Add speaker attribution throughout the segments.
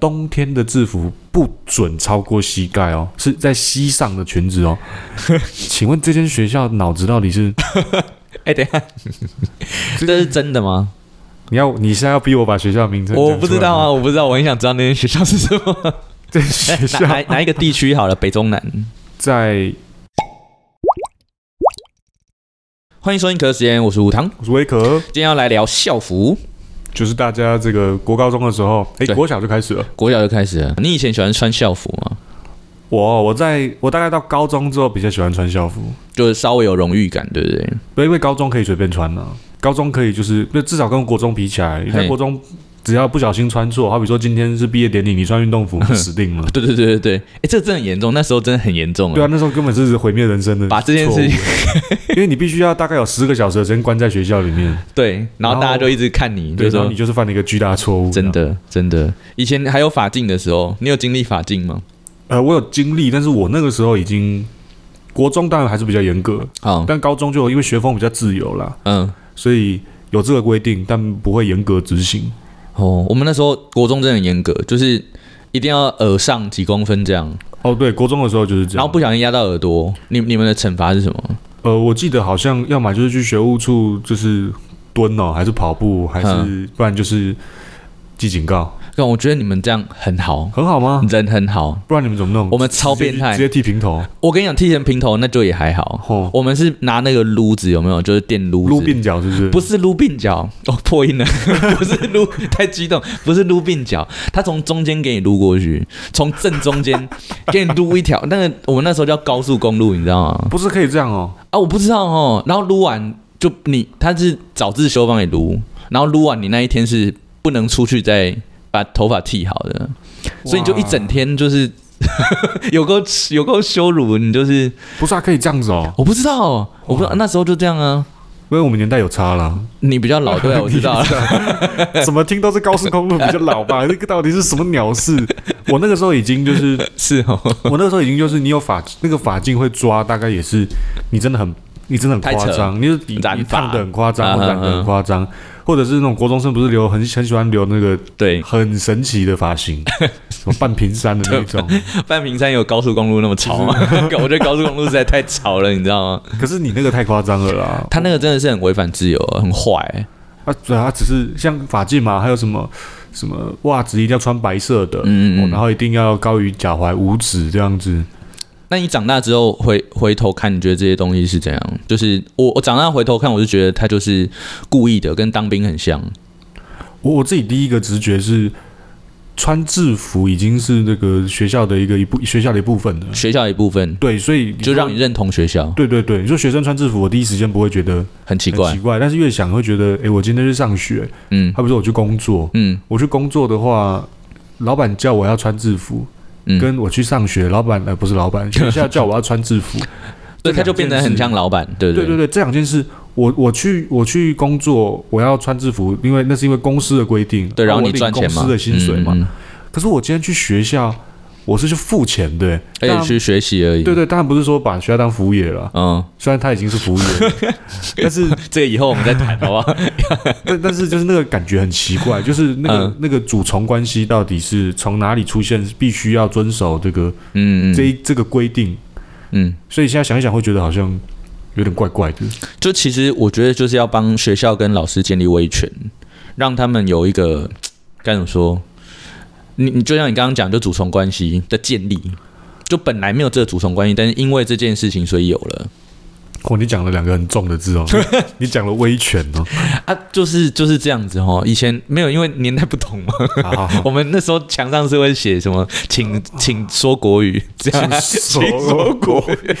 Speaker 1: 冬天的制服不准超过膝盖哦，是在膝上的裙 子哦。请问这间学校脑子到底是？
Speaker 2: 哎，等一下，这是真的吗？
Speaker 1: 你要你现在要逼我把学校名称？
Speaker 2: 我不知道啊，。我不知道，我很想知道那间学校是什么，
Speaker 1: 这间学校
Speaker 2: 哪哪哪一个地区好了？北中南。
Speaker 1: 在
Speaker 2: 欢迎收听《可时间》，我是吴糖，
Speaker 1: 我是威可，
Speaker 2: 今天要来聊校服。
Speaker 1: 就是大家这个国高中的时候，哎，
Speaker 2: 对
Speaker 1: 国小就开始了。
Speaker 2: 国小就开始了，你以前喜欢穿校服吗？
Speaker 1: 我我在我大概到高中之后比较喜欢穿校服，
Speaker 2: 就是稍微有荣誉感，对不对？
Speaker 1: 对，因为高中可以随便穿啊，高中可以就是，那至少跟国中比起来，你在
Speaker 2: 嘿
Speaker 1: 国中只要不小心穿错，好比说今天是毕业典礼，你穿运动 服死定了。
Speaker 2: 对对对对对，哎，这真的很严重，那时候真的很严重
Speaker 1: 对啊，，那时候根本是毁灭人生的错误，
Speaker 2: 把这件事情
Speaker 1: 因为你必须要大概有十个小时的时间关在学校里面，
Speaker 2: 对，然
Speaker 1: 然
Speaker 2: 后
Speaker 1: 后
Speaker 2: 大家就一直看 你，
Speaker 1: 对，
Speaker 2: 就
Speaker 1: 然后
Speaker 2: 说
Speaker 1: 你就是犯了一个巨大的错误。
Speaker 2: 真
Speaker 1: 这样，
Speaker 2: 的真的，以前还有法镜的时候，你有经历法镜吗？
Speaker 1: 呃，我有经历，但是我那个时候已经国中当然还是比较严格，
Speaker 2: 好，
Speaker 1: 但高中就因为学风比较自由啦，
Speaker 2: 哦嗯，
Speaker 1: 所以有这个规定，但不会严格执行。
Speaker 2: 哦，我们那时候国中真的很严格，就是一定要耳上几公分这样，
Speaker 1: 哦，对，国中的时候就是这
Speaker 2: 然
Speaker 1: 样
Speaker 2: 后。不小心压到耳朵。你你们的惩罚是什么？
Speaker 1: 呃，我记得好像要么就是去学务处，就是蹲哦，还是跑步，还是
Speaker 2: 嗯
Speaker 1: 不然就是记警告，
Speaker 2: 但我觉得你们这样很好，
Speaker 1: 很好吗？
Speaker 2: 人很好。
Speaker 1: 不然你们怎么弄？
Speaker 2: 嗯我们超
Speaker 1: 直接
Speaker 2: 变态
Speaker 1: 直接剃平头，哦
Speaker 2: 我跟你讲，剃成平头那就也还好。
Speaker 1: 吼，
Speaker 2: 我们是拿那个撸子，有没有？就是电撸子。
Speaker 1: 撸鬓角是不是？
Speaker 2: 不是撸鬓角，哦，破音了， 不是撸，太激动，不是撸鬓角，他从中间给你撸过去，从正中间给你撸一条，那个我们那时候叫高速公路，你知道吗？
Speaker 1: 不是可以这样哦，
Speaker 2: 啊，我不知道哦，然后撸完就你，他是早自修帮你撸，然后撸完你那一天是不能出去再把头发剃好的，所以你就一整天就是 有够有够羞辱，你就是
Speaker 1: 不是啊，可以这样子哦，
Speaker 2: 我不知道，我不知道那时候就这样啊，
Speaker 1: 因为我们年代有差 啦，
Speaker 2: 你比较老对啊、我知道了。
Speaker 1: 怎么听都是高速公路比较老吧？那个到底是什么鸟事？我那个时候已经就是，
Speaker 2: 是哦，
Speaker 1: 我那个时候已经就是，你有法那个法镜会抓，大概也是你真的很。你真的很夸
Speaker 2: 太扯
Speaker 1: 张，你就是你
Speaker 2: 染
Speaker 1: 你
Speaker 2: 发
Speaker 1: 烫的很夸张，
Speaker 2: 嗯
Speaker 1: 或染的很夸张，或者是那种国中生不是留很很喜欢留那个
Speaker 2: 对，
Speaker 1: 很神奇的发型，什么半平山的那 种。
Speaker 2: 半屏山有高速公路那么吵吗？ 我觉得高速公路实在太吵了，你知道吗？
Speaker 1: 可是你那个太夸张了啦！
Speaker 2: 他那个真的是很违反自由，很坏、欸。
Speaker 1: 啊，对啊，只是像发髻嘛，还有什么什么袜子一定要穿白色的，
Speaker 2: 嗯嗯嗯
Speaker 1: 哦然后一定要高于脚踝五指这样子。
Speaker 2: 那你长大之后回回头看，你觉得这些东西是怎样？就是我我长大回头看，我就觉得他就是故意的，跟当兵很像。
Speaker 1: 嗯我我自己第一个直觉是，穿制服已经是那个学校的一个一部学校的一部分了。
Speaker 2: 学校一部分
Speaker 1: 对，所以你
Speaker 2: 就
Speaker 1: 说
Speaker 2: 让你认同学校，
Speaker 1: 对对对，你说学生穿制服，我第一时间不会觉得
Speaker 2: 很奇
Speaker 1: 很
Speaker 2: 怪
Speaker 1: 奇。怪，但是越想会觉得，诶，我今天去上学，
Speaker 2: 嗯
Speaker 1: 他比如说我去工作，
Speaker 2: 嗯
Speaker 1: 我去工作的话，老板叫我要穿制服，
Speaker 2: 嗯，
Speaker 1: 跟我去上学，老板呃不是老 板，学校叫我要穿制服，这
Speaker 2: 对，
Speaker 1: 两
Speaker 2: 他就变得
Speaker 1: 件事
Speaker 2: 很像老板，对不
Speaker 1: 对对对，这两件事，我我去我去工作，我要穿制服，因为那是因为公司的规定，啊
Speaker 2: 对，然后
Speaker 1: 我
Speaker 2: 你
Speaker 1: 哦领
Speaker 2: 赚钱嘛，
Speaker 1: 公司的薪水嘛。
Speaker 2: 嗯，嗯嗯
Speaker 1: 可是我今天去学校，我是去付钱的、当
Speaker 2: 而
Speaker 1: 然
Speaker 2: 且去学习而已。
Speaker 1: 对对，当然不是说把学校当服务业 了，
Speaker 2: 嗯，
Speaker 1: 虽然他已经是服务业了但是
Speaker 2: 这个以后我们再谈，好 不好？
Speaker 1: 但但是就是那个感觉很奇 怪，就是那个、
Speaker 2: 嗯
Speaker 1: 那个主从关系到底是从哪里出现，必须要遵守这个、
Speaker 2: 嗯
Speaker 1: 这
Speaker 2: 嗯
Speaker 1: 一这个规定，
Speaker 2: 嗯。
Speaker 1: 所以现在想一想会觉得好像有点怪怪的。
Speaker 2: 就其实我觉得就是要帮学校跟老师建立威权，让他们有一个嗯该怎么说？你你就像你刚刚讲，就主从关系的建立，就本来没有这个主从关系，但是因为这件事情所以有了
Speaker 1: 哦，你讲了两个很重的字 哦，你讲了威权哦，
Speaker 2: 啊，就是就是这样子哦。以前没有，因为年代不同 嘛，
Speaker 1: 好好好，
Speaker 2: 我们那时候墙上是会写什么，请请说国语这样。
Speaker 1: 说国语，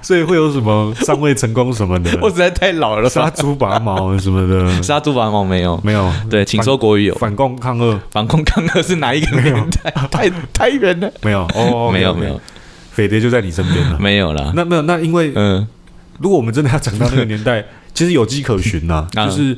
Speaker 1: 所以会有什么尚未成功什么的，
Speaker 2: 我实在太老了，
Speaker 1: 杀
Speaker 2: 杀
Speaker 1: 猪拔毛什么的，
Speaker 2: 杀猪拔毛没有？
Speaker 1: 没有，
Speaker 2: 对，请说国语 有。
Speaker 1: 反共抗俄
Speaker 2: 防空抗俄是哪一个年代？ 太太远了。
Speaker 1: 没有，哦，
Speaker 2: 没有
Speaker 1: OK，OK
Speaker 2: 没有，
Speaker 1: 匪谍就在你身边了。
Speaker 2: 没有啦。
Speaker 1: 那没有，那因为
Speaker 2: 嗯，
Speaker 1: 如果我们真的要讲到那个年 代，其实有迹可循呐、
Speaker 2: 嗯
Speaker 1: 就是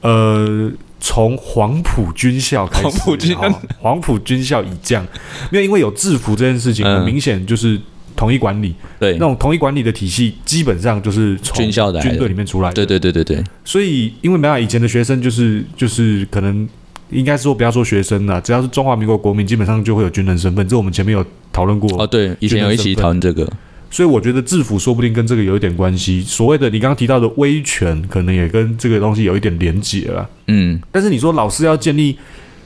Speaker 1: 呃，从黄埔军校开始，
Speaker 2: 黄埔军
Speaker 1: 好不好黄埔军校以降，没有因为有制服这件事情，
Speaker 2: 嗯
Speaker 1: 很明显就是统一管理、
Speaker 2: 对
Speaker 1: 那，种统一管理的体系，基本上就是从
Speaker 2: 军校来的
Speaker 1: 军队里面出来的，
Speaker 2: 对对对对对，
Speaker 1: 所以因为没办法，以前的学生就是就是可能应该说不要说学生了，只要是中华民国国民，基本上就会有军人身份。这我们前面有讨论过。
Speaker 2: 哦，对，以前有一起讨论这个，
Speaker 1: 所以我觉得制服说不定跟这个有一点关系。所谓的你刚刚提到的威权，可能也跟这个东西有一点连结了。
Speaker 2: 嗯，
Speaker 1: 但是你说老师要建立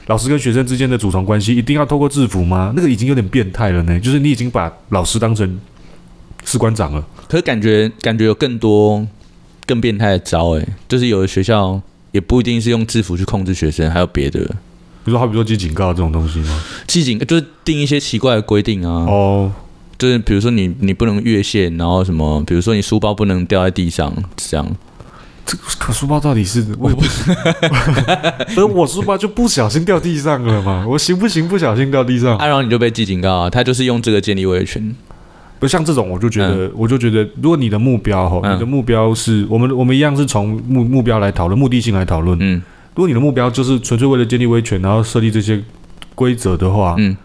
Speaker 1: 老师跟学生之间的组成关系，一定要透过制服吗？那个已经有点变态了呢。就是你已经把老师当成士官长了。
Speaker 2: 可是感觉感觉有更多更变态的招哎、就是有的学校也不一定是用制服去控制学生，还有别的
Speaker 1: 比如说，好比说记警告这种东西吗？
Speaker 2: 记警就是定一些奇怪的规定啊，
Speaker 1: 哦，
Speaker 2: 就是比如说你你不能越线，然后什么，比如说你书包不能掉在地上，这样
Speaker 1: 可书包到底是我也不， 所以我书包就不小心掉地上了 嘛。我行不行？不小心掉地上，
Speaker 2: 啊，然后你就被记警告啊，他就是用这个建立威权，
Speaker 1: 不像这种，我就觉得，我就觉得，如果你的目标吼，
Speaker 2: 嗯
Speaker 1: 你的目标是我们我们一样是从目目标来讨论，目的性来讨论。
Speaker 2: 嗯
Speaker 1: 如果你的目标就是纯粹为了建立威权，然后设立这些规则的话，
Speaker 2: 嗯，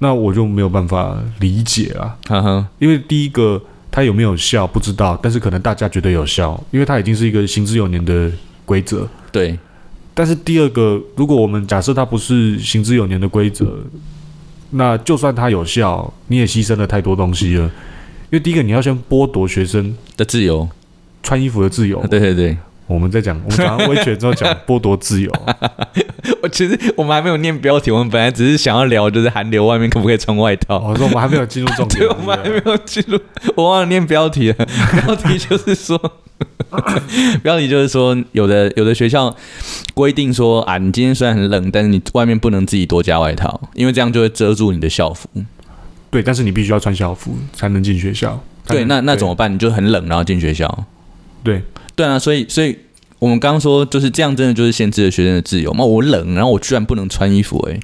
Speaker 1: 那我就没有办法理解啊。
Speaker 2: 哈哈，
Speaker 1: 因为第一个，它有没有效不知道，但是可能大家觉得有效，因为它已经是一个行之有年的规则。
Speaker 2: 对，
Speaker 1: 但是第二个，如果我们假设它不是行之有年的规则，那就算它有效，你也牺牲了太多东西了。因为第一个，你要先剥夺学生
Speaker 2: 的自由，
Speaker 1: 穿衣服的自由。
Speaker 2: 对对对，
Speaker 1: 我们在讲，我们讲完威权之后讲剥夺自由，
Speaker 2: 我其实我们还没有念标题，我们本来只是想要聊就是韩流外面可不可以穿外套，
Speaker 1: 哦我说我们还没有进入重点，
Speaker 2: 对，
Speaker 1: 对
Speaker 2: 哦
Speaker 1: 不
Speaker 2: 我
Speaker 1: 对
Speaker 2: 们还没有进入，我忘了念标 题了。标题就是说， 标题就是说，有的有的学校规定说啊，你今天虽然很冷，但是你外面不能自己多加外套，因为这样就会遮住你的校服。
Speaker 1: 对，但是你必须要穿校服才能进学校。才
Speaker 2: 对，
Speaker 1: 能
Speaker 2: 那那怎么办？你就很冷，然后进学校。
Speaker 1: 对？
Speaker 2: 对啊，所以所以我们刚刚说，就是这样，真的就是限制了学生的自由嘛。我冷，然后我居然不能穿衣服、欸，哎，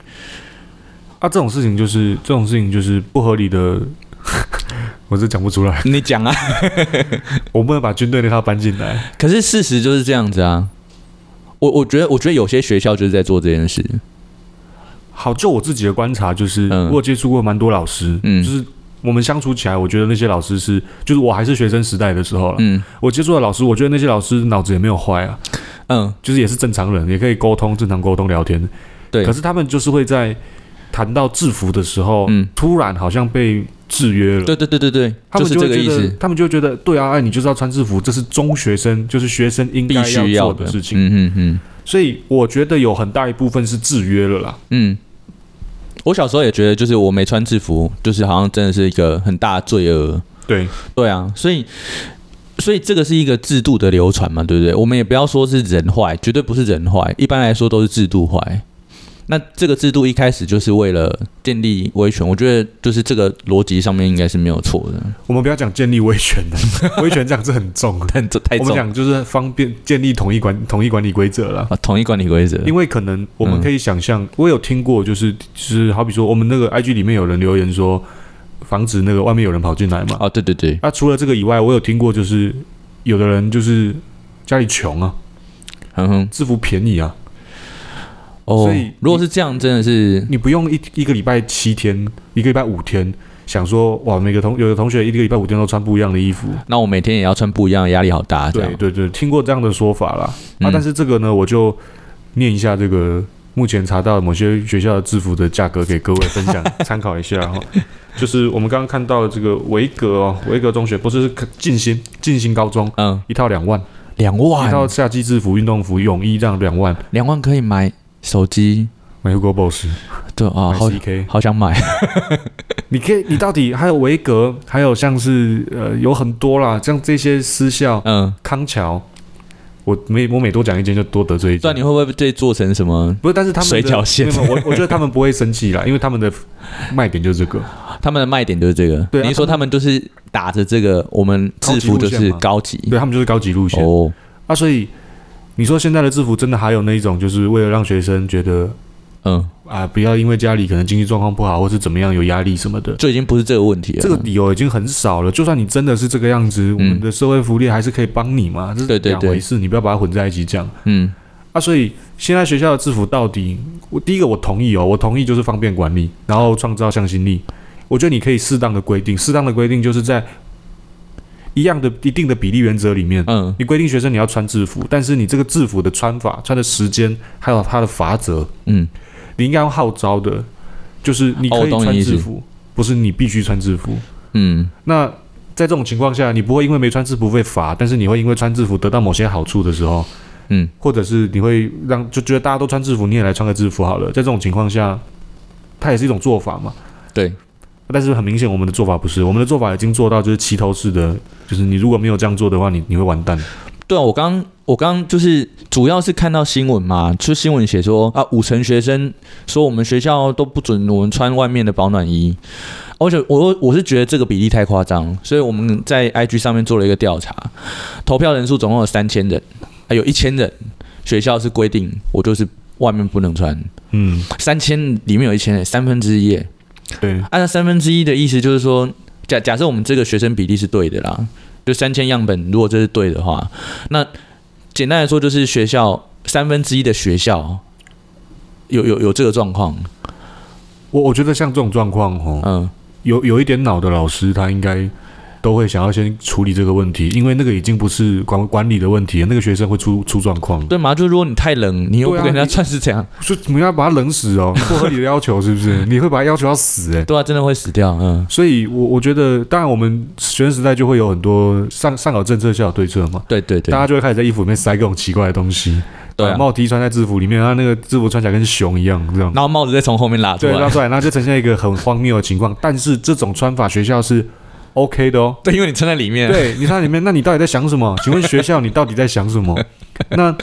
Speaker 1: 啊，这种事情就是这种事情就是不合理的， 我是讲不出来，
Speaker 2: 你讲啊。
Speaker 1: 我不能把军队那套搬进来。
Speaker 2: 可是事实就是这样子啊。我我觉得，我觉得有些学校就是在做这件事。
Speaker 1: 好，就我自己的观察，就是、
Speaker 2: 嗯
Speaker 1: 我有接触过蛮多老师，
Speaker 2: 嗯
Speaker 1: 就是我们相处起来，我觉得那些老师是，就是我还是学生时代的时候了，
Speaker 2: 嗯
Speaker 1: 我接触的老师，我觉得那些老师脑子也没有坏啊，
Speaker 2: 嗯，
Speaker 1: 就是也是正常人，也可以沟通，正常沟通聊天。
Speaker 2: 对
Speaker 1: 可是他们就是会在谈到制服的时候，
Speaker 2: 嗯
Speaker 1: 突然好像被制约了。
Speaker 2: 对对对对对，
Speaker 1: 他们
Speaker 2: 是
Speaker 1: 就
Speaker 2: 这
Speaker 1: 会
Speaker 2: 个意
Speaker 1: 觉得
Speaker 2: 思，，
Speaker 1: 他们就会觉得，对啊，哎你就是要穿制服，这是中学生，就是学生应
Speaker 2: 必
Speaker 1: 该
Speaker 2: 须要
Speaker 1: 做的事情。
Speaker 2: 嗯嗯嗯
Speaker 1: 所以我觉得有很大一部分是制约了啦。
Speaker 2: 嗯。我小时候也觉得，就是我没穿制服，就是好像真的是一个很大的罪恶。
Speaker 1: 对，
Speaker 2: 对啊，所以所以这个是一个制度的流传嘛，对不对？我们也不要说是人坏，绝对不是人坏，一般来说都是制度坏。那这个制度一开始就是为了建立威权，我觉得就是这个逻辑上面应该是没有错的，
Speaker 1: 我们不要讲建立威权 的，威权这样是很重的。
Speaker 2: 但这太
Speaker 1: 我们
Speaker 2: 重啊，
Speaker 1: 讲就是方便建立统一管统一管理规则啦。
Speaker 2: 哦统一管理规则。
Speaker 1: 因为可能我们可以想
Speaker 2: 嗯
Speaker 1: 象，我有听过，就是就是好比说，我们那个 IG 里面有人留言说，防止那个外面有人跑进来嘛。
Speaker 2: 哦，对对对，
Speaker 1: 那、除了这个以外，我有听过，就是有的人就是家里穷啊，
Speaker 2: 哼哼，
Speaker 1: 制服便宜啊，
Speaker 2: 哦
Speaker 1: 所以，
Speaker 2: 如果是这样，真的是
Speaker 1: 你不用一一个礼拜七天，一个礼拜五天，想说哇，每个同有的同学一个礼拜五天都穿不一样的衣服。
Speaker 2: 那我每天也要穿不一样，压力好大，这样
Speaker 1: 对。对对，听过这样的说法啦。
Speaker 2: 嗯
Speaker 1: 啊，但是这个呢，我就念一下这个目前查到某些学校的制服的价格给各位分享参考一下 哈、就是我们刚刚看到的这个维格哦，维格中学不是是进兴进兴高中
Speaker 2: 嗯，
Speaker 1: 一套两万，
Speaker 2: 两
Speaker 1: 一套
Speaker 2: 万，
Speaker 1: 夏季制服、运动服、泳衣这样两万，
Speaker 2: 两万可以买手机，
Speaker 1: 美国 Boss
Speaker 2: 对啊，好
Speaker 1: CK，
Speaker 2: 好想买。
Speaker 1: 你可以，你到底还有维格，还有像是呃有很多啦，像这些私校
Speaker 2: 嗯，
Speaker 1: 康桥。我每我每多讲一件就多得罪一
Speaker 2: 不
Speaker 1: 件
Speaker 2: 然，你会不会被做成什么？
Speaker 1: 不是，但是他们的
Speaker 2: 水饺馅
Speaker 1: 没有没有我我觉得他们不会生气 啦，因为他们的卖点就是这个。
Speaker 2: 他们的卖点就是这个。
Speaker 1: 对啊
Speaker 2: 你是说他们就是打着这个，我们制服就是高级。
Speaker 1: 对他们就是高级路线、
Speaker 2: 哦，
Speaker 1: 啊，所以你说现在的制服真的还有那一种，就是为了让学生觉得
Speaker 2: 嗯，
Speaker 1: 啊，不要因为家里可能经济状况不好，或是怎么样有压力什么的，
Speaker 2: 就已经不是这个问题了。
Speaker 1: 这个理由已经很少了。就算你真的是这个样子，我们的社会福利还是可以帮你嘛，这
Speaker 2: 嗯对
Speaker 1: 是
Speaker 2: 对
Speaker 1: 两
Speaker 2: 对
Speaker 1: 回事，你不要把它混在一起讲
Speaker 2: 嗯
Speaker 1: 啊。所以现在学校的制服到底，我第一个我同意哦，我同意就是方便管理，然后创造向心力。我觉得你可以适当的规定，适当的规定就是在一样的一定的比例原则里面，
Speaker 2: 嗯，
Speaker 1: 你规定学生你要穿制服，但是你这个制服的穿法、穿的时间，还有它的法则，
Speaker 2: 嗯，
Speaker 1: 你应该用号召的，就是你
Speaker 2: 哦
Speaker 1: 可
Speaker 2: 我
Speaker 1: 以
Speaker 2: 懂你
Speaker 1: 穿
Speaker 2: 意思
Speaker 1: 制服，不是你必须穿制服。
Speaker 2: 嗯，
Speaker 1: 那在这种情况下，你不会因为没穿制服被罚，但是你会因为穿制服得到某些好处的时候，
Speaker 2: 嗯，
Speaker 1: 或者是你会让就觉得大家都穿制服，你也来穿个制服好了。在这种情况下，它也是一种做法嘛。
Speaker 2: 对，
Speaker 1: 但是很明显，我们的做法不是，我们的做法已经做到就是齐头式的，就是你如果没有这样做的话，你你会完蛋。
Speaker 2: 对啊，我刚我刚就是主要是看到新闻嘛，就新闻写说啊，五成学生说我们学校都不准我们穿外面的保暖衣，而且我我是觉得这个比例太夸张，所以我们在 IG 上面做了一个调查，投票人数总共有三千人，还有一千人学校是规定我就是外面不能穿，
Speaker 1: 嗯，
Speaker 2: 三千里面有一千人，三分之一耶，
Speaker 1: 对，
Speaker 2: 按照三分之一的意思，就是说，假假设我们这个学生比例是对的啦，就三千样本，如果这是对的话，那简单来说就是学校三分之一的学校有有有这个状况，
Speaker 1: 我我觉得像这种状况哦，
Speaker 2: 嗯，
Speaker 1: 有有一点脑的老师，他应该都会想要先处理这个问题，因为那个已经不是管管理的问题了，那个学生会出出状况，
Speaker 2: 对嘛？就如果你太冷，你又不
Speaker 1: 对啊
Speaker 2: 给人家
Speaker 1: 你
Speaker 2: 穿是怎样？
Speaker 1: 所以你要把他冷死 哦，不合理的要求是不是？你会把他要求要死哎、
Speaker 2: 对啊，真的会死掉，嗯，
Speaker 1: 所以我，我觉得，当然，我们学生时代就会有很多上上有政策，下有对策嘛，
Speaker 2: 对对对
Speaker 1: 大，家就会开始在衣服里面塞各种奇怪的东西，
Speaker 2: 对
Speaker 1: 把
Speaker 2: 啊，
Speaker 1: 帽 T 穿在制服里面，然后那个制服穿起来跟熊一样，这 样
Speaker 2: 然后帽子再从后面拉出
Speaker 1: 对拉
Speaker 2: 来，
Speaker 1: 出来，然后就呈现一个很荒谬的情况。但是这种穿法，学校 是 OK 的哦。
Speaker 2: 对，因为你撑在里面，
Speaker 1: 对你穿里面，那你到底在想什 么？请问学校你到底在想什么？那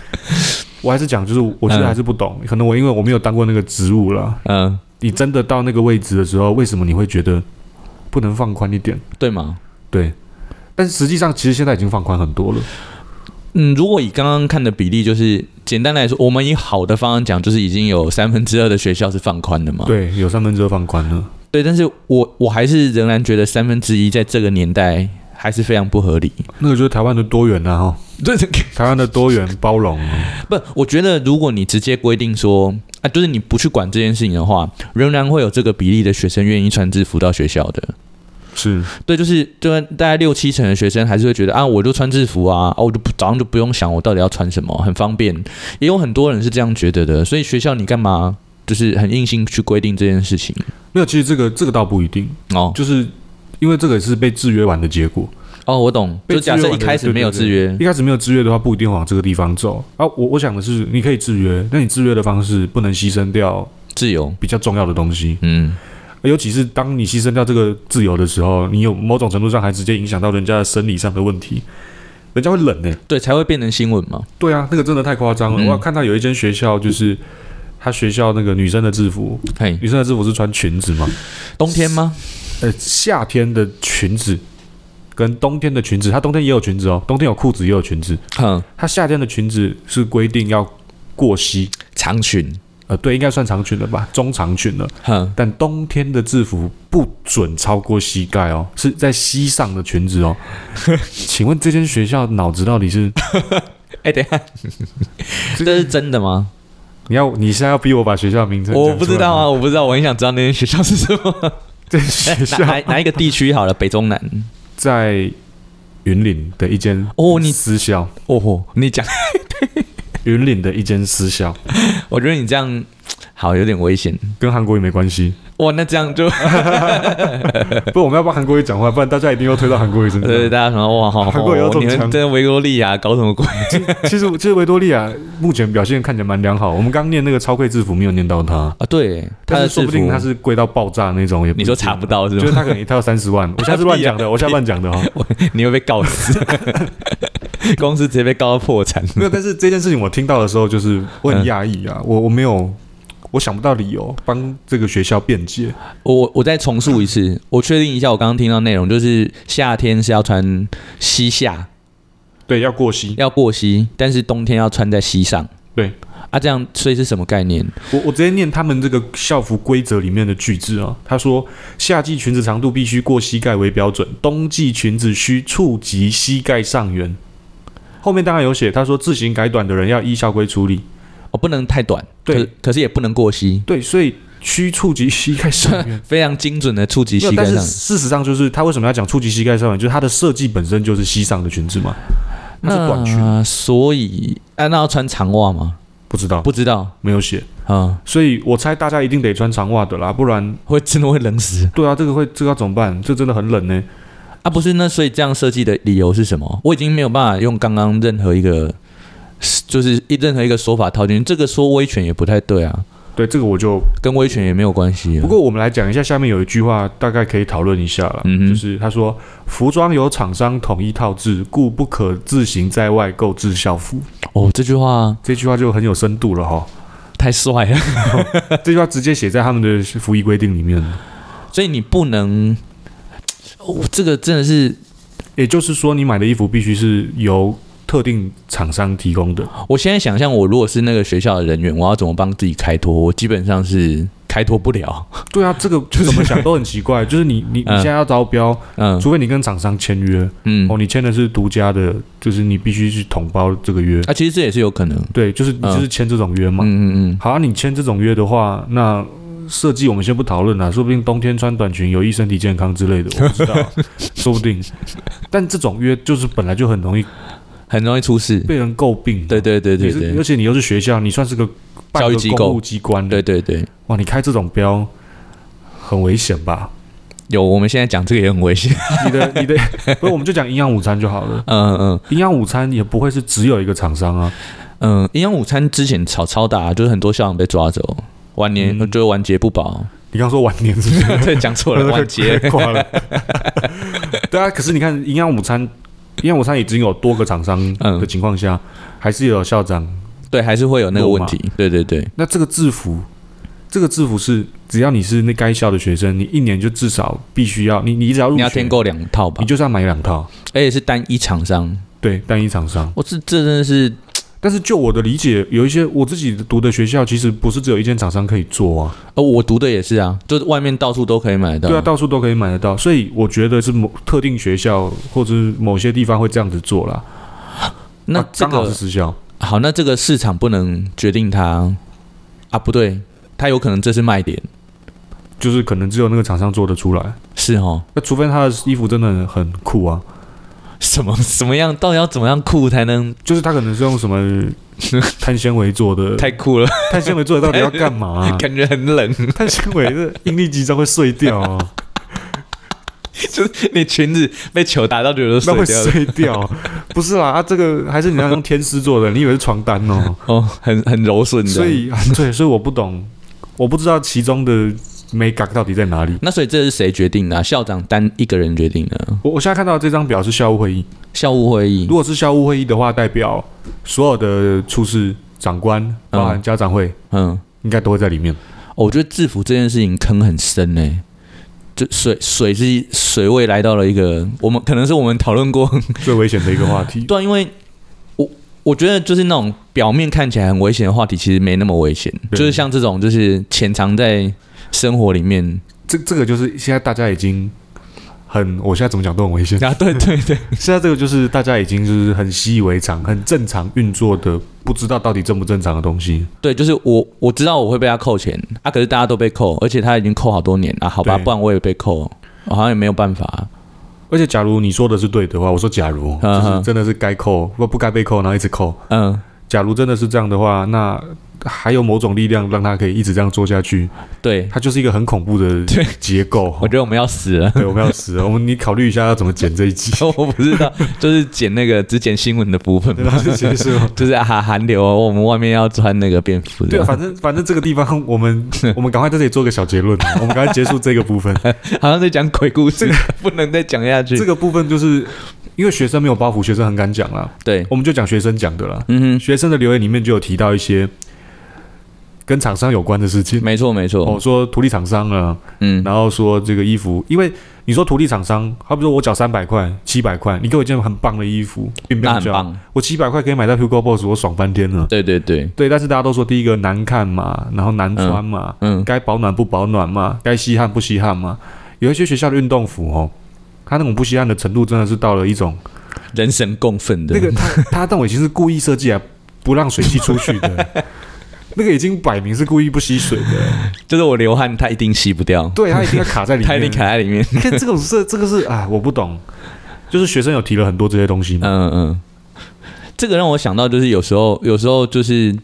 Speaker 1: 我还是讲，就是我觉得还是不懂，可能我因为我没有当过那个职务啦。
Speaker 2: 嗯，
Speaker 1: 你真的到那个位置的时候，为什么你会觉得不能放宽一点？
Speaker 2: 对嘛？
Speaker 1: 对，但实际上其实现在已经放宽很多了。
Speaker 2: 嗯，如果以刚刚看的比例，就是简单来说，我们以好的方案讲，就是已经有三分之二的学校是放宽的嘛。
Speaker 1: 对，有三分之二放宽了。
Speaker 2: 对，但是我我还是仍然觉得三分之一在这个年代还是非常不合 理。
Speaker 1: 那个就是台湾的多元啊，哈，
Speaker 2: 对，
Speaker 1: 台湾的多元包容啊。
Speaker 2: 不，我觉得如果你直接规定说啊，就是你不去管这件事情的话，仍然会有这个比例的学生愿意穿制服到学校的。
Speaker 1: 是，
Speaker 2: 对，就是就大概六七成的学生还是会觉得啊，我就穿制服啊，啊，我就不早上就不用想我到底要穿什么，很方便。也有很多人是这样觉得的，所以学校你干嘛就是很硬性去规定这件事情
Speaker 1: 没有，其实这个这个倒不一定，
Speaker 2: 哦？
Speaker 1: 就是因为这个也是被制约完的结果。
Speaker 2: 哦，我懂，
Speaker 1: 被
Speaker 2: 就假设
Speaker 1: 制约
Speaker 2: 一
Speaker 1: 完的
Speaker 2: 开始
Speaker 1: 对
Speaker 2: 没有
Speaker 1: 对
Speaker 2: 制
Speaker 1: 对
Speaker 2: 约，
Speaker 1: 一开始没有制约的话，不一定会往这个地方走啊。我我想的是，你可以制约，那你制约的方式不能牺牲掉
Speaker 2: 自由，
Speaker 1: 比较重要的东西，
Speaker 2: 嗯。
Speaker 1: 尤其是当你牺牲掉这个自由的时候，你有某种程度上还直接影响到人家的生理上的问题，人家会冷呢、
Speaker 2: 对，才会变成新闻嘛。
Speaker 1: 对啊，那个真的太夸张了。
Speaker 2: 嗯
Speaker 1: 我看到有一间学校，就是他学校那个女生的制服，
Speaker 2: 嘿，
Speaker 1: 女生的制服是穿裙子嘛？
Speaker 2: 冬天吗？
Speaker 1: 呃，夏天的裙子跟冬天的裙子，它冬天也有裙子哦，冬天有裤子也有裙子。
Speaker 2: 哼，
Speaker 1: 它夏天的裙子是规定要过膝，
Speaker 2: 长裙，
Speaker 1: 呃，对，应该算长裙了吧，中长裙了。
Speaker 2: 哼，
Speaker 1: 但冬天的制服不准超过膝盖哦，是在膝上的裙 子哦。请问这间学校脑子到底是？
Speaker 2: 哎、等一下， 这是真的吗？
Speaker 1: 你要你现在要逼我把学校名称？
Speaker 2: 我不知道啊，，我不知道，我很想知道那间学校是什么，
Speaker 1: 这间 学 校
Speaker 2: 哪哪哪一个地区好了？北中南。
Speaker 1: 在云岭的一间
Speaker 2: 哦你
Speaker 1: 私校，
Speaker 2: 哦吼，你讲，
Speaker 1: 云岭的一间私校
Speaker 2: 我觉得你这样好有点危险。
Speaker 1: 跟韩国也没关系。
Speaker 2: 哇，那这样就
Speaker 1: 不，我们要帮韩国语讲话，不然大家一定又推到韩国语身上。
Speaker 2: 对大家想说哇，好，
Speaker 1: 韩国有
Speaker 2: 哦
Speaker 1: 中
Speaker 2: 你们
Speaker 1: 枪
Speaker 2: 在维多利亚啊搞什 么鬼？
Speaker 1: 其实其实维多利亚目前表现看起来蛮良好，我们刚念那个超贵制服没有念到他，
Speaker 2: 啊，对，他
Speaker 1: 但
Speaker 2: 的
Speaker 1: 是说
Speaker 2: 制
Speaker 1: 不
Speaker 2: 服，
Speaker 1: 定他是贵到爆炸那种，也不
Speaker 2: 你
Speaker 1: 一
Speaker 2: 说
Speaker 1: 定
Speaker 2: 查不，到是
Speaker 1: 就是
Speaker 2: 吗？
Speaker 1: 他可能一套三十万，我现在是乱讲的，我现在乱讲的哦。
Speaker 2: 你会被告死，公司直接被告到破产。
Speaker 1: 没有，但是这件事情我听到的时候，就是我很
Speaker 2: 嗯
Speaker 1: 讶异啊，我我没有，我想不到理由帮这个学校辩解。
Speaker 2: 我我再重述一次，我确定一下，我刚刚听到内容就是夏天是要穿膝下，
Speaker 1: 对，要过膝，
Speaker 2: 要过膝，但是冬天要穿在膝上。
Speaker 1: 对
Speaker 2: 啊，这样所以是什么概念？
Speaker 1: 我我直接念他们这个校服规则里面的句子啊，他说夏季裙子长度必须过膝盖为标准，冬季裙子需触及膝盖上缘。后面当然有写，他说自行改短的人要依校规处理。
Speaker 2: 哦，不能太短，
Speaker 1: 对
Speaker 2: 可，可是也不能过膝。
Speaker 1: 对，所以区触及膝盖上缘。
Speaker 2: 非常精准的触及
Speaker 1: 嗯没有
Speaker 2: 膝，
Speaker 1: 但
Speaker 2: 盖
Speaker 1: 是
Speaker 2: 上。
Speaker 1: 事实上就是他为什么要讲触及膝盖上缘，就是它的设计本身就是膝上的裙子嘛，它是短裙，
Speaker 2: 那所以啊，那要穿长袜吗？
Speaker 1: 不知道
Speaker 2: 不知道
Speaker 1: 没有写，
Speaker 2: 啊，
Speaker 1: 所以我猜大家一定得穿长袜的啦，不然
Speaker 2: 会真的会冷死
Speaker 1: 对啊，这个会这个要怎么办？这真的很冷呢、
Speaker 2: 啊！不是，那所以这样设计的理由是什么？我已经没有办法用刚刚任何一个，就是一任何一个说法套进去。这个说威权也不太对啊，
Speaker 1: 对，这个我就
Speaker 2: 跟威权也没有关系啊
Speaker 1: 不。过我们来讲一下，下面有一句话大概可以讨论一下了，
Speaker 2: 嗯哼
Speaker 1: 就是他说服装由厂商统一套制，故不可自行在外购置校服。
Speaker 2: 哦，这句话
Speaker 1: 这句话就很有深度了 哈，
Speaker 2: 太帅了，
Speaker 1: 这句话直接写在他们的服役规定里面了。
Speaker 2: 所以你不能，哦，这个真的是，
Speaker 1: 也就是说，你买的衣服必须是由特定厂商提供的。
Speaker 2: 我现在想象，我如果是那个学校的人员，我要怎么帮自己开脱？我基本上是开脱不了。
Speaker 1: 对啊，这个怎么想都很奇怪。就是你你你
Speaker 2: 嗯
Speaker 1: 现在要招标，
Speaker 2: 嗯
Speaker 1: 除非你跟厂商签约，
Speaker 2: 嗯，
Speaker 1: 哦，你签的是独家的，就是你必须去统包这个约。
Speaker 2: 啊，其实这也是有可能。
Speaker 1: 对，就是你就是签这种约嘛。
Speaker 2: 嗯嗯嗯，
Speaker 1: 好、啊，你签这种约的话，那设计我们先不讨论啦，说不定冬天穿短裙有益身体健康之类的，我不知道， 说不定。但这种约就是本来就很容易
Speaker 2: 很容易出事。
Speaker 1: 被人诟病，
Speaker 2: 对对对对
Speaker 1: 你是
Speaker 2: 对
Speaker 1: 而且你又是学校，你算是个半
Speaker 2: 教育
Speaker 1: 个
Speaker 2: 机构
Speaker 1: 公务机关的
Speaker 2: 对，对对，
Speaker 1: 哇，你开这种标很危险吧？
Speaker 2: 有。我们现在讲这个也很危险。
Speaker 1: 你的你的，不是，我们就讲营养午餐就好了。
Speaker 2: 嗯嗯
Speaker 1: 营养午餐也不会是只有一个厂商啊，
Speaker 2: 嗯，营养午餐之前吵超大，啊就是很多校长被抓走，晚年、
Speaker 1: 嗯
Speaker 2: 就是晚节不保。
Speaker 1: 你刚说晚年是不是？
Speaker 2: 对，讲错 了， 晚节。
Speaker 1: 挂了。对啊，可是你看营养午餐，营养午餐已经有多个厂商
Speaker 2: 嗯
Speaker 1: 的情况下，还是有校长。
Speaker 2: 对，还是会有那个问题。对对对，
Speaker 1: 那这个制服，这个制服是只要你是那该校的学生，你一年就至少必须要你你只要入
Speaker 2: 你要
Speaker 1: 学
Speaker 2: 添购两套吧
Speaker 1: 你，就是要买两套，
Speaker 2: 而且是单一厂商。
Speaker 1: 对，单一厂商。
Speaker 2: 我这这真的是，
Speaker 1: 但是就我的理解，有一些我自己读的学校，其实不是只有一间厂商可以做啊，
Speaker 2: 哦，我读的也是啊，就是外面到处都可以买到。
Speaker 1: 对啊，到处都可以买得到，所以我觉得是某特定学校或者是某些地方会这样子做啦。
Speaker 2: 那
Speaker 1: 啊
Speaker 2: 这
Speaker 1: 刚好是
Speaker 2: 个
Speaker 1: 私校，
Speaker 2: 好，那这个市场不能决定它啊，不对，它有可能这是卖点，
Speaker 1: 就是可能只有那个厂商做得出来。
Speaker 2: 是哦。
Speaker 1: 那除非他的衣服真的很酷啊，
Speaker 2: 什么什么样，到底要怎么样酷才能
Speaker 1: 就是他可能是用什 么碳纤维做的，
Speaker 2: 太酷了？？
Speaker 1: 碳纤维做的到底要干嘛、啊
Speaker 2: 感觉很冷，
Speaker 1: 碳纤维的应力集中会碎掉 啊，
Speaker 2: 就是你裙子被球打到，觉得都
Speaker 1: 那会
Speaker 2: 碎掉了。
Speaker 1: 碎掉。不是啦，啊，这个还是你要用天丝做的，你以为是床单哦？
Speaker 2: 哦，很很柔顺的。
Speaker 1: 所以， 啊对，所以我不懂，我不知道其中的美感到底在哪里。
Speaker 2: 那所以这是谁决定的啊、校长单一个人决定的。
Speaker 1: 我我现在看到这张表是校务会议，
Speaker 2: 校务会议
Speaker 1: 如果是校务会议的话，代表所有的处室长官，包含家长会，
Speaker 2: 嗯、
Speaker 1: 应该都会在里 面。
Speaker 2: 哦我觉得制服这件事情坑很深呢、就水水是水位来到了一个，我们可能是我们讨论过，
Speaker 1: 最危险的一个话题。
Speaker 2: 对啊、因为我我觉得就是那种表面看起来很危险的话题，其实没那么危险，
Speaker 1: 对
Speaker 2: 就是像这种就是潜藏在生活里面。
Speaker 1: 这这个就是现在大家已经很，我现在怎么讲都很危险
Speaker 2: 啊，对对对，
Speaker 1: 现在这个就是大家已经就是很习以为常、很正常运作的，不知道到底正不正常的东西。
Speaker 2: 对，就是我我知道我会被他扣钱啊，可是大家都被扣，而且他已经扣好多年啊，好吧，
Speaker 1: 对
Speaker 2: 不然我也被扣，我好像也没有办法啊、
Speaker 1: 而且，假如你说的是对的话，我说假如
Speaker 2: 嗯
Speaker 1: 就
Speaker 2: 哼
Speaker 1: 是真的是该扣不不该被扣，然后一直扣。
Speaker 2: 嗯，
Speaker 1: 假如真的是这样的话，那还有某种力量让他可以一直这样做下去，
Speaker 2: 对，
Speaker 1: 它就是一个很恐怖的
Speaker 2: 对
Speaker 1: 结构。
Speaker 2: 我觉得我们要死了。
Speaker 1: 对，我们要死了，我们你考虑一下要怎么剪这一 集，
Speaker 2: 我不知道，就是剪那个只剪新闻的部分
Speaker 1: 对吧？
Speaker 2: 吧，
Speaker 1: 是是 是吗
Speaker 2: 就是啊韩寒流，我们外面要穿那个便服
Speaker 1: 对啊，
Speaker 2: 的，
Speaker 1: 反正反正这个地方，我们 我们赶快在这里做个小结 论，我们赶快结束这个部分。
Speaker 2: 好像在讲鬼故事，不能再讲下去。
Speaker 1: 这个部分就是因为学生没有包袱，学生很敢讲啦，
Speaker 2: 对，
Speaker 1: 我们就讲学生讲的啦。
Speaker 2: 嗯
Speaker 1: 学生的留言里面就有提到一些跟厂商有关的事
Speaker 2: 哼，
Speaker 1: 情，
Speaker 2: 没错没
Speaker 1: 哦，
Speaker 2: 错，
Speaker 1: 说图利厂商啊，
Speaker 2: 嗯，
Speaker 1: 然后说这个衣服，因为你说图利厂商，好比说我缴三百块、七百块，你给我一件很棒的衣服，并没
Speaker 2: 那
Speaker 1: 有
Speaker 2: 很
Speaker 1: 交，
Speaker 2: 棒，
Speaker 1: 我七百块可以买到 Hugo Boss，我爽翻天了。
Speaker 2: 对对对，
Speaker 1: 对，但是大家都说第一个难看嘛，然后难穿嘛，
Speaker 2: 嗯
Speaker 1: 该保暖不保暖嘛，该吸汗不吸汗嘛。有一些学校的运动服哦，它那种不吸汗的程度真的是到了一种
Speaker 2: 人神共愤的
Speaker 1: 那个，它它那种已经是故意设计来不让水汽出去的。那个已经摆明是故意不吸水的，
Speaker 2: 就是我流汗，它一定吸不掉，
Speaker 1: 对他一定要卡在里面。
Speaker 2: 它一定卡在里面。
Speaker 1: 看 这种是这个是啊，我不懂。就是学生有提了很多这些东西嘛，
Speaker 2: 嗯嗯，这个让我想到就是有时候，有时候就是，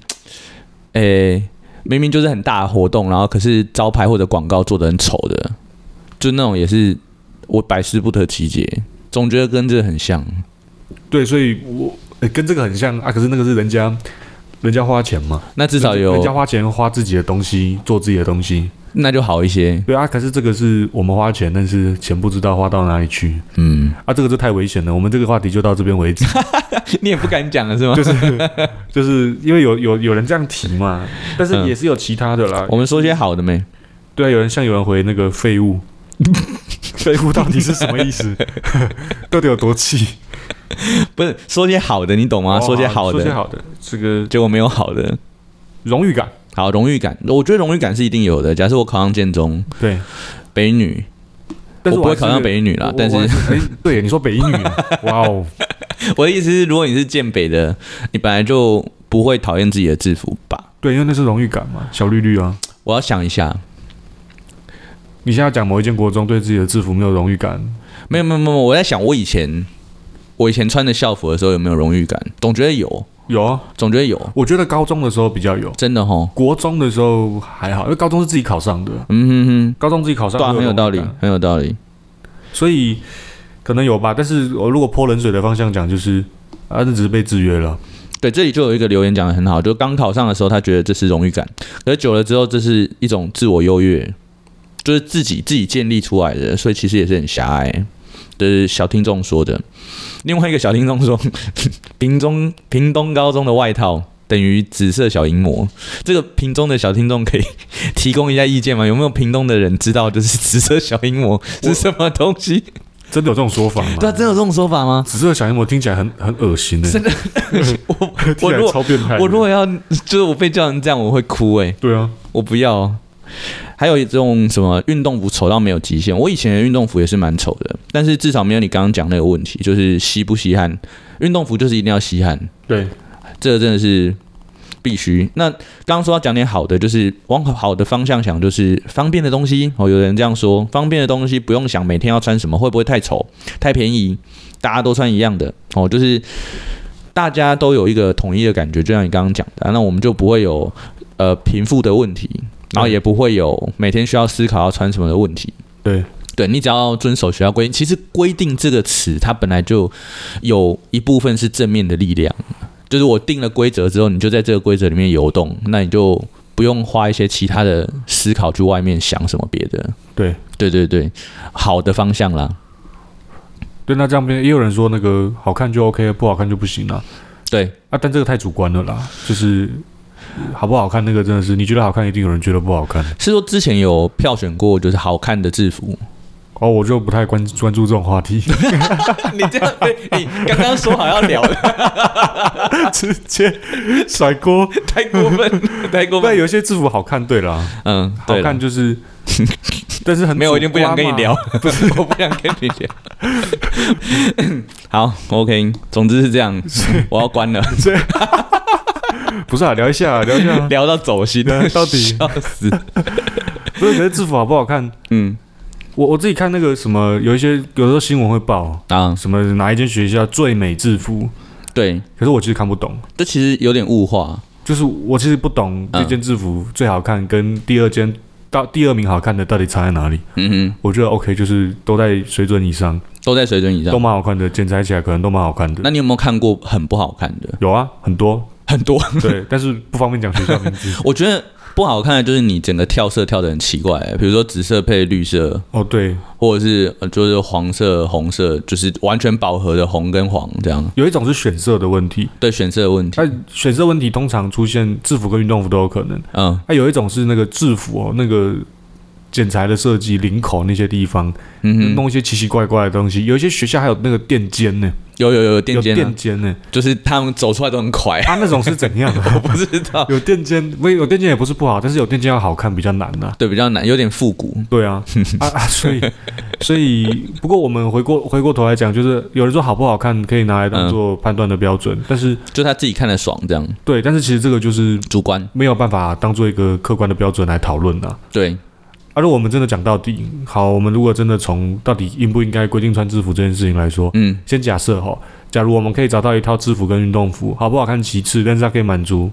Speaker 2: 诶、明明就是很大的活动，然后可是招牌或者广告做的很丑的，就那种也是我百思不得其解，总觉得跟这个很像。
Speaker 1: 对，所以我、呃跟这个很像啊。可是那个是人家人家花钱嘛，
Speaker 2: 那至少
Speaker 1: 人家人家
Speaker 2: 有，
Speaker 1: 花钱花自己的东西，做自己的东西，
Speaker 2: 那就好一些。
Speaker 1: 对啊。可是这个是我们花钱，但是钱不知道花到哪里去
Speaker 2: 嗯，
Speaker 1: 啊，这个就太危险了。我们这个话题就到这边为止，
Speaker 2: 你也不敢讲了是吗？
Speaker 1: 就是就是因为有有有人这样提嘛，
Speaker 2: 嗯
Speaker 1: 但是也是有其他的啦。
Speaker 2: 我们说些好的没？
Speaker 1: 对啊，有人像有人回那个废 物，废物到底是什么意思？ 到底有多气？
Speaker 2: 不是说些好的，你懂吗？
Speaker 1: 哦
Speaker 2: 啊说些好
Speaker 1: 说些
Speaker 2: 的，
Speaker 1: 好的，这个
Speaker 2: 结果没有好的。
Speaker 1: 荣誉感，
Speaker 2: 好，荣誉感，我觉得荣誉感是一定有的。假设我考上建中、
Speaker 1: 对。
Speaker 2: 北女，
Speaker 1: 但是
Speaker 2: 我不会
Speaker 1: 还
Speaker 2: 考上北女啦
Speaker 1: 我
Speaker 2: 但是
Speaker 1: 我还 哎，对你说北一女，哇哦，
Speaker 2: 我的意思是，如果你是建北的，你本来就不会讨厌自己的制服吧？
Speaker 1: 对，因为那是荣誉感嘛，小绿绿啊。
Speaker 2: 我要想一下，
Speaker 1: 你现在讲某一间国中对自己的制服没有荣誉感，
Speaker 2: 没有没有没有，我在想我以前我以前穿的校服的时候有没有荣誉感？总觉得有，
Speaker 1: 有啊，
Speaker 2: 总觉得有，
Speaker 1: 我觉得高中的时候比较有，
Speaker 2: 真的吼。
Speaker 1: 国中的时候还好，因为高中是自己考上的，
Speaker 2: 嗯
Speaker 1: 高中自己考
Speaker 2: 哼哼，
Speaker 1: 上
Speaker 2: 对啊，
Speaker 1: 会
Speaker 2: 很有
Speaker 1: 荣
Speaker 2: 道
Speaker 1: 誉
Speaker 2: 理
Speaker 1: 感，
Speaker 2: 很有道理。
Speaker 1: 所以可能有吧。但是我如果泼冷水的方向讲，就是啊，那只是被制约了。
Speaker 2: 对，这里就有一个留言讲的很好，就刚考上的时候，他觉得这是荣誉感，可是久了之后，这是一种自我优越，就是自己自己建立出来的，所以其实也是很狭隘。这、是小听众说的。另外一个小听众说， 屏中屏东高中的外套等于紫色小淫魔。这个屏中的小听众可以提供一下意见吗？有没有屏东的人知道就是紫色小淫魔是什么东西？
Speaker 1: 真的有这种说法吗？
Speaker 2: 对啊，真的有这种说法吗？
Speaker 1: 紫色小阴谋听起来很很恶心的、
Speaker 2: 真的，我
Speaker 1: 听
Speaker 2: 我
Speaker 1: 起
Speaker 2: 如
Speaker 1: 来
Speaker 2: 果
Speaker 1: 超变态的。
Speaker 2: 我如果要， 就是我被叫成这样，我会哭哎、
Speaker 1: 对啊，
Speaker 2: 我不要。还有一种什么运动服丑到没有极限，我以前的运动服也是蛮丑的，但是至少没有你刚刚讲那个问题，就是吸不吸汗。运动服就是一定要吸汗，
Speaker 1: 对，
Speaker 2: 这个真的是必须。那刚刚说要讲点好的，就是往好的方向想，就是方便的东西。哦，有人这样说，方便的东西不用想每天要穿什么，会不会太丑、太便宜？大家都穿一样的哦，就是大家都有一个统一的感觉，就像你刚刚讲的、那我们就不会有呃贫富的问题，然后也不会有每天需要思考要穿什么的问题。
Speaker 1: 对
Speaker 2: 对你只要遵守学校规定，其实“规定”这个词，它本来就有一部分是正面的力量，就是我定了规则之后，你就在这个规则里面游动，那你就不用花一些其他的思考去外面想什么别的。
Speaker 1: 对
Speaker 2: 对对对，好的方向啦。
Speaker 1: 对，那这样边也有人说那个好看就 OK，不好看就不行了
Speaker 2: 对，
Speaker 1: 啊，但这个太主观了啦，就是呃好不好看那个真的是你觉得好看，一定有人觉得不好看。
Speaker 2: 是说之前有票选过，就是好看的制服。
Speaker 1: 哦，我就不太关关注这种话题，
Speaker 2: 你这样对，你刚刚说好要聊的，
Speaker 1: 直接甩锅。
Speaker 2: 太过分，太过
Speaker 1: 但
Speaker 2: 分。
Speaker 1: 有些制服好看，对 啦，
Speaker 2: 嗯，
Speaker 1: 好
Speaker 2: 对了
Speaker 1: 看，就是， 但是很
Speaker 2: 没有，我已
Speaker 1: 主
Speaker 2: 经不
Speaker 1: 观
Speaker 2: 想跟你
Speaker 1: 嘛
Speaker 2: 聊，， 不是，我不想跟你聊。 好，OK，总之是这样，我要 关了，
Speaker 1: 不是啊，聊一下啊，聊一下 啊，
Speaker 2: 聊到走心
Speaker 1: 对啊，到底
Speaker 2: 笑死。
Speaker 1: 不是，可是制服好不好看？
Speaker 2: 嗯
Speaker 1: 我我自己看那个什么，有一些有时候新闻会报
Speaker 2: 啊，
Speaker 1: 什么哪一间学校最美制服，
Speaker 2: 对，
Speaker 1: 可是我其实看不懂，
Speaker 2: 这其实有点物化，
Speaker 1: 就是我其实不懂
Speaker 2: 嗯
Speaker 1: 这件制服最好看跟第二件到第二名好看的到底差在哪里。
Speaker 2: 嗯哼，
Speaker 1: 我觉得 OK，就是都在水准以上，
Speaker 2: 都在水准以
Speaker 1: 都
Speaker 2: 上。
Speaker 1: 蛮好看的，剪裁起来可能都蛮好看的。
Speaker 2: 嗯那你有没有看过很不好看的？
Speaker 1: 有啊，很 多
Speaker 2: 很多，
Speaker 1: 对，但是不方便讲学校名 字。
Speaker 2: 我觉得不好看的就是你整个跳色跳的很奇怪，欸比如说紫色配绿色，
Speaker 1: 哦，对，
Speaker 2: 或者是呃就是黄色、红色，就是完全饱和的红跟黄这样。
Speaker 1: 有一种是选色的问题，
Speaker 2: 对选色的问题
Speaker 1: 那，选色问题通常出现制服跟运动服都有可能。
Speaker 2: 嗯，
Speaker 1: 那有一种是那个制服哦，那个剪裁的设计、领口那些地方，
Speaker 2: 嗯哼，
Speaker 1: 弄一些奇奇怪怪的东西。有一些学校还有那个垫肩呢，
Speaker 2: 有有有有垫
Speaker 1: 有
Speaker 2: 肩、啊
Speaker 1: 垫，肩呢，
Speaker 2: 就是他们走出来都很快，
Speaker 1: 啊，那种是怎样啊？
Speaker 2: 我不知道，
Speaker 1: 有垫肩，没有垫肩也不是不好，但是有垫肩要好看比较难 呐、
Speaker 2: 对，比较难，有点复古，
Speaker 1: 对啊，啊啊，所以所以，不过我们回过回过头来讲，就是有人说好不好看可以拿来当做判断的标准，但是
Speaker 2: 就他自己看得爽这样，
Speaker 1: 对，但是其实这个就是
Speaker 2: 主观
Speaker 1: 没有办法当做一个客观的标准来讨论的。
Speaker 2: 对，
Speaker 1: 而、如果我们真的讲到底，好，我们如果真的从到底应不应该规定穿制服这件事情来说，
Speaker 2: 嗯，，
Speaker 1: 先假设哈，假如我们可以找到一套制服跟运动服，好不好看其次，但是它可以满足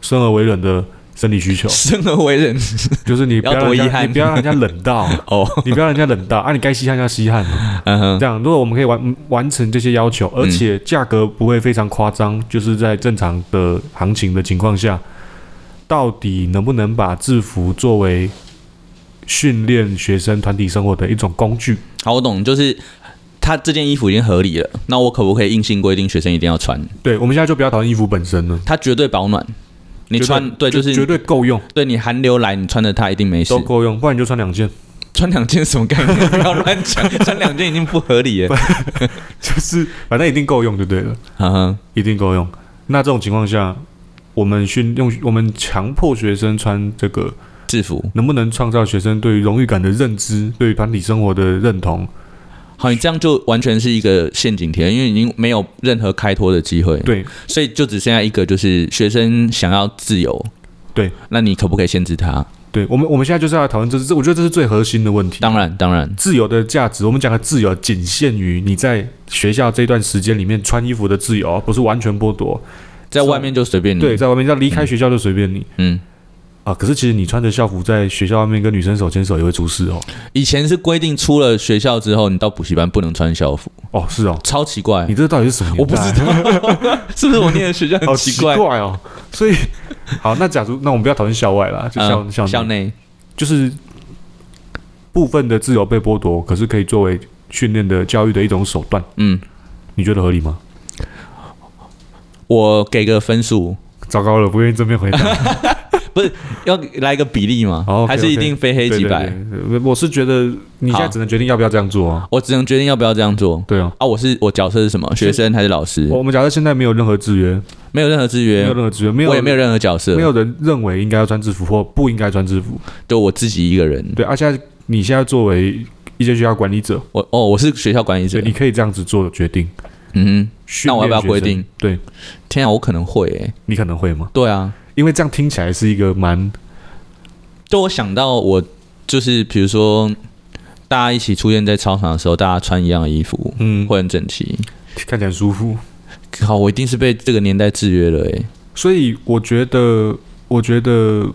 Speaker 1: 生而为人的生理需求
Speaker 2: 生而为人
Speaker 1: 就是你不
Speaker 2: 要
Speaker 1: 要
Speaker 2: 多
Speaker 1: 让人
Speaker 2: 遗
Speaker 1: 家
Speaker 2: 憾
Speaker 1: 你不要让人家冷到，
Speaker 2: 哦，
Speaker 1: 你不要让人家冷到啊，你该吸汗要吸汗。
Speaker 2: 嗯哼，
Speaker 1: 这样，如果我们可以完完成这些要求，而且价格不会非常夸张，就是在正常的行情的情况下，到底能不能把制服作为训练学生团体生活的一种工具？
Speaker 2: 好，我懂，就是他这件衣服已经合理了，那我可不可以硬性规定学生一定要穿？
Speaker 1: 对，我们现在就不要讨论衣服本身了，
Speaker 2: 它绝对保暖，你
Speaker 1: 绝对
Speaker 2: 穿对
Speaker 1: 就
Speaker 2: 就是
Speaker 1: 绝对够用，
Speaker 2: 对你寒流来，你穿着它一定没事
Speaker 1: 都。够用，不然你就穿两件。
Speaker 2: 穿两件什么概念？ 不要乱讲，穿两件已经不合理了。
Speaker 1: 就是反正一定够用就对了，
Speaker 2: 哈哈，
Speaker 1: 一定够用。那这种情况下，我们训用我们强迫学生穿这个
Speaker 2: 制服。
Speaker 1: 能不能创造学生对于荣誉感的认知，对于团体生活的认同？
Speaker 2: 好，你这样就完全是一个陷阱题了，因为已经没有任何开脱的机会，
Speaker 1: 对
Speaker 2: 所以就只剩下一个，就是学生想要自由，
Speaker 1: 对，
Speaker 2: 那你可不可以限制他？
Speaker 1: 对，我们我们现在就是要来讨论这是，这我觉得这是最核心的问题。
Speaker 2: 当然，当然，
Speaker 1: 自由的价值，我们讲的自由仅限于你在学校这段时间里面穿衣服的自由，不是完全剥夺。
Speaker 2: 在外面就随便你。
Speaker 1: 对，，在外面要离开学校就随便你、
Speaker 2: 嗯，
Speaker 1: 啊。可是其实你穿着校服在学校外面跟女生手牵手也会出事哦。
Speaker 2: 以前是规定出了学校之后，你到补习班不能穿校服，
Speaker 1: 哦，是哦，
Speaker 2: 超奇怪
Speaker 1: 你。这到底是什么
Speaker 2: 我
Speaker 1: 年
Speaker 2: 不
Speaker 1: 代？啊
Speaker 2: 知道，是不是我念的学 校很
Speaker 1: 好
Speaker 2: 奇
Speaker 1: 奇
Speaker 2: 怪？
Speaker 1: 怪哦。所以，好，那假如那我们不要讨论校外啦，就校、
Speaker 2: 嗯
Speaker 1: 校内
Speaker 2: 校内，
Speaker 1: 就是部分的自由被剥夺，可是可以作为训练的教育的一种手段，
Speaker 2: 嗯，
Speaker 1: 你觉得合理吗？
Speaker 2: 我给个分数，
Speaker 1: 糟糕了，不愿意正面回答。
Speaker 2: 要来个比例吗？
Speaker 1: 哦，OK，OK
Speaker 2: 还是一定非黑即白？
Speaker 1: 对对对我是觉得你现在只能决定要不要这样做啊。
Speaker 2: 我只能决定要不要这样做
Speaker 1: 对啊，
Speaker 2: 啊！我是我角色是什么？学生还是老师？
Speaker 1: 我们假设现在没有任何制约，
Speaker 2: 没有任何资
Speaker 1: 没有
Speaker 2: 源，
Speaker 1: 任何制约，没有
Speaker 2: 我也没有任何角色，
Speaker 1: 没有人认为应该要穿制服或不应该穿制服。
Speaker 2: 就我自己一个人。
Speaker 1: 对，而、啊现在你现在作为一些学校管理者，
Speaker 2: 我哦，我是学校管理者
Speaker 1: 对，。你可以这样子做的决定。
Speaker 2: 嗯
Speaker 1: 训练
Speaker 2: 我要不要
Speaker 1: 学生
Speaker 2: 规定？
Speaker 1: 对
Speaker 2: 哼，天啊，我可能会诶。
Speaker 1: 你可能会吗？
Speaker 2: 对啊，
Speaker 1: 因为这样听起来是一个蛮
Speaker 2: 就我想到我就是比如说大家一起出现在操场的时候，大家穿一样的衣服，
Speaker 1: 嗯，
Speaker 2: 会很整齐。
Speaker 1: 看起来很舒服。
Speaker 2: 靠，我一定是被这个年代制约了欸诶。
Speaker 1: 所以我觉得，我觉得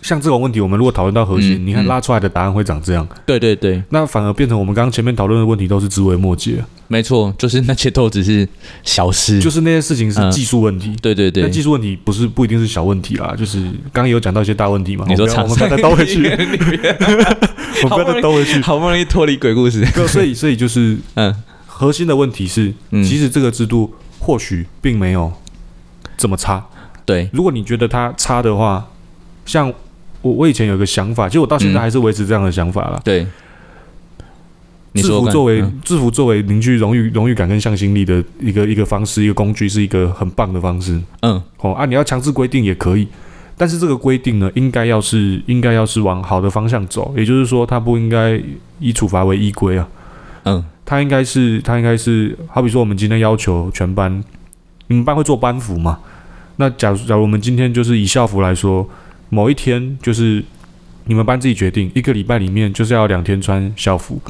Speaker 1: 像这种问题，我们如果讨论到核心，
Speaker 2: 嗯
Speaker 1: 你看
Speaker 2: 嗯
Speaker 1: 拉出来的答案会长这样，
Speaker 2: 对对对，
Speaker 1: 那反而变成我们刚刚前面讨论的问题都是枝微末节，
Speaker 2: 没错，就是那些都只是小事。
Speaker 1: 就是那些事情是技术问题。
Speaker 2: 对嗯对
Speaker 1: 那
Speaker 2: 对，
Speaker 1: 技术问题不是不一定是小问题啦，就是刚刚有讲到一些大问题嘛。
Speaker 2: 你说
Speaker 1: 我们不要
Speaker 2: 厂
Speaker 1: 我们不要
Speaker 2: 商
Speaker 1: 再兜回去，
Speaker 2: 里面
Speaker 1: 我们不要再兜回去。
Speaker 2: 好不容易脱离鬼故事，
Speaker 1: 对所以，所以就是
Speaker 2: 嗯
Speaker 1: 核心的问题是，
Speaker 2: 嗯，
Speaker 1: 其实这个制度或许并没有这么差。
Speaker 2: 对，
Speaker 1: 如果你觉得它差的话，像我我以前有个想法，其实我到现在
Speaker 2: 嗯
Speaker 1: 还是维持这样的想法啦。
Speaker 2: 对，嗯你
Speaker 1: 制
Speaker 2: 说
Speaker 1: 服
Speaker 2: 看
Speaker 1: 作为、
Speaker 2: 嗯
Speaker 1: 制服作为凝聚荣誉荣誉感跟向心力的一个一个方式，一个工具，是一个很棒的方式。
Speaker 2: 嗯
Speaker 1: 哦啊，你要强制规定也可以，但是这个规定呢，应该要是应该要是往好的方向走，也就是说，它不应该以处罚为依规啊，
Speaker 2: 嗯
Speaker 1: 它应该是它应该是，好比说我们今天要求全班，你们班会做班服吗？那假如假如我们今天就是以校服来说，某一天就是你们班自己决定，一个礼拜里面就是要两天穿校服，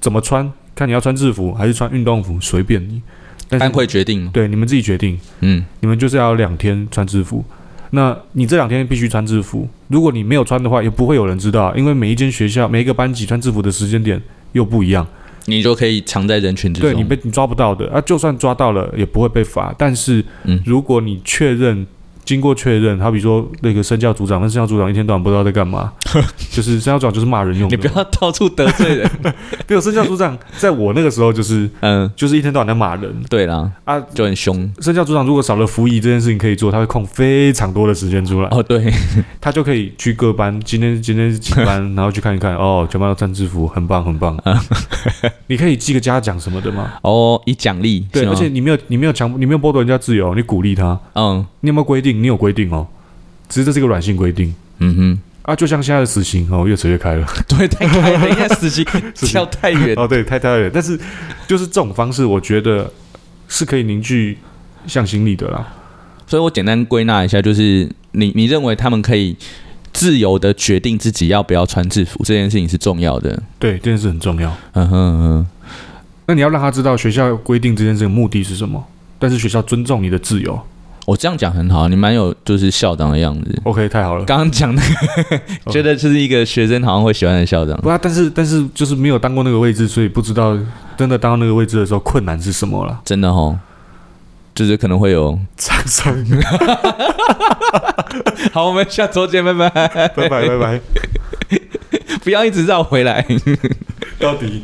Speaker 1: 怎么穿？看你要穿制服还是穿运动服，随便你。但
Speaker 2: 班
Speaker 1: 是
Speaker 2: 会决定，
Speaker 1: 对你们自己决定，
Speaker 2: 嗯
Speaker 1: 你们就是要两天穿制服。那你这两天必须穿制服，如果你没有穿的话，也不会有人知道，因为每一间学校、每一个班级穿制服的时间点又不一样。
Speaker 2: 你就可以藏在人群之
Speaker 1: 对你
Speaker 2: 中，
Speaker 1: 被你抓不到的啊，就算抓到了也不会被罚。但是
Speaker 2: 嗯，
Speaker 1: 如果你确认经过确认，好比说那个身教组长，那身教组长一天到晚不知道在干 嘛，就是身教组长就是骂人用
Speaker 2: 你
Speaker 1: 的。
Speaker 2: 不 要到处得罪人。
Speaker 1: 没有身教组长，在我那个时候就是
Speaker 2: 嗯，
Speaker 1: 就是一天到晚在骂人
Speaker 2: 对啦，
Speaker 1: 啊。
Speaker 2: 就很凶。
Speaker 1: 身教组长如果少了服役这件事情可以做，他会空非常多的时间出来，
Speaker 2: 哦，对，
Speaker 1: 他就可以去各班，今天今天是几 班，然后去看一看，哦，全班都穿制服，很棒很棒。你可以记个嘉奖什么的嘛？
Speaker 2: 哦，以奖励，
Speaker 1: 对，
Speaker 2: 是吗
Speaker 1: 而且你没有你没有强你没有剥夺人家自由，你鼓励他，
Speaker 2: 嗯
Speaker 1: 你有没有规定？你有规定哦，只是这是一个软性规定
Speaker 2: 嗯
Speaker 1: 啊，就像现在的死刑哦，越扯越开了。
Speaker 2: 哼， 对，太开了，人家死 刑跳太远。
Speaker 1: 哦，对，太太远，但是就是这种方式，我觉得是可以凝聚向心力的啦。
Speaker 2: 所以我简单归纳一下，就是你你认为他们可以自由的决定自己要不要穿制服这件事情是重要的。
Speaker 1: 对，这件事很重要。
Speaker 2: 嗯哼嗯哼，
Speaker 1: 那你要让他知道学校规定这件事的目的是什么，但是学校尊重你的自由。
Speaker 2: 我这样讲很好，你蛮有就是校长的样子。
Speaker 1: OK，太好了。
Speaker 2: 刚刚讲那个， 觉得就是一个学生好像会喜欢的校长。
Speaker 1: 不啊，但是但是就是没有当过那个位置，所以不知道真的当到那个位置的时候困难是什么了。
Speaker 2: 真的哦，就是可能会有。
Speaker 1: 厂商，
Speaker 2: 好，我们下周见，拜拜。
Speaker 1: 拜拜拜拜，
Speaker 2: 不要一直绕回来。
Speaker 1: 到底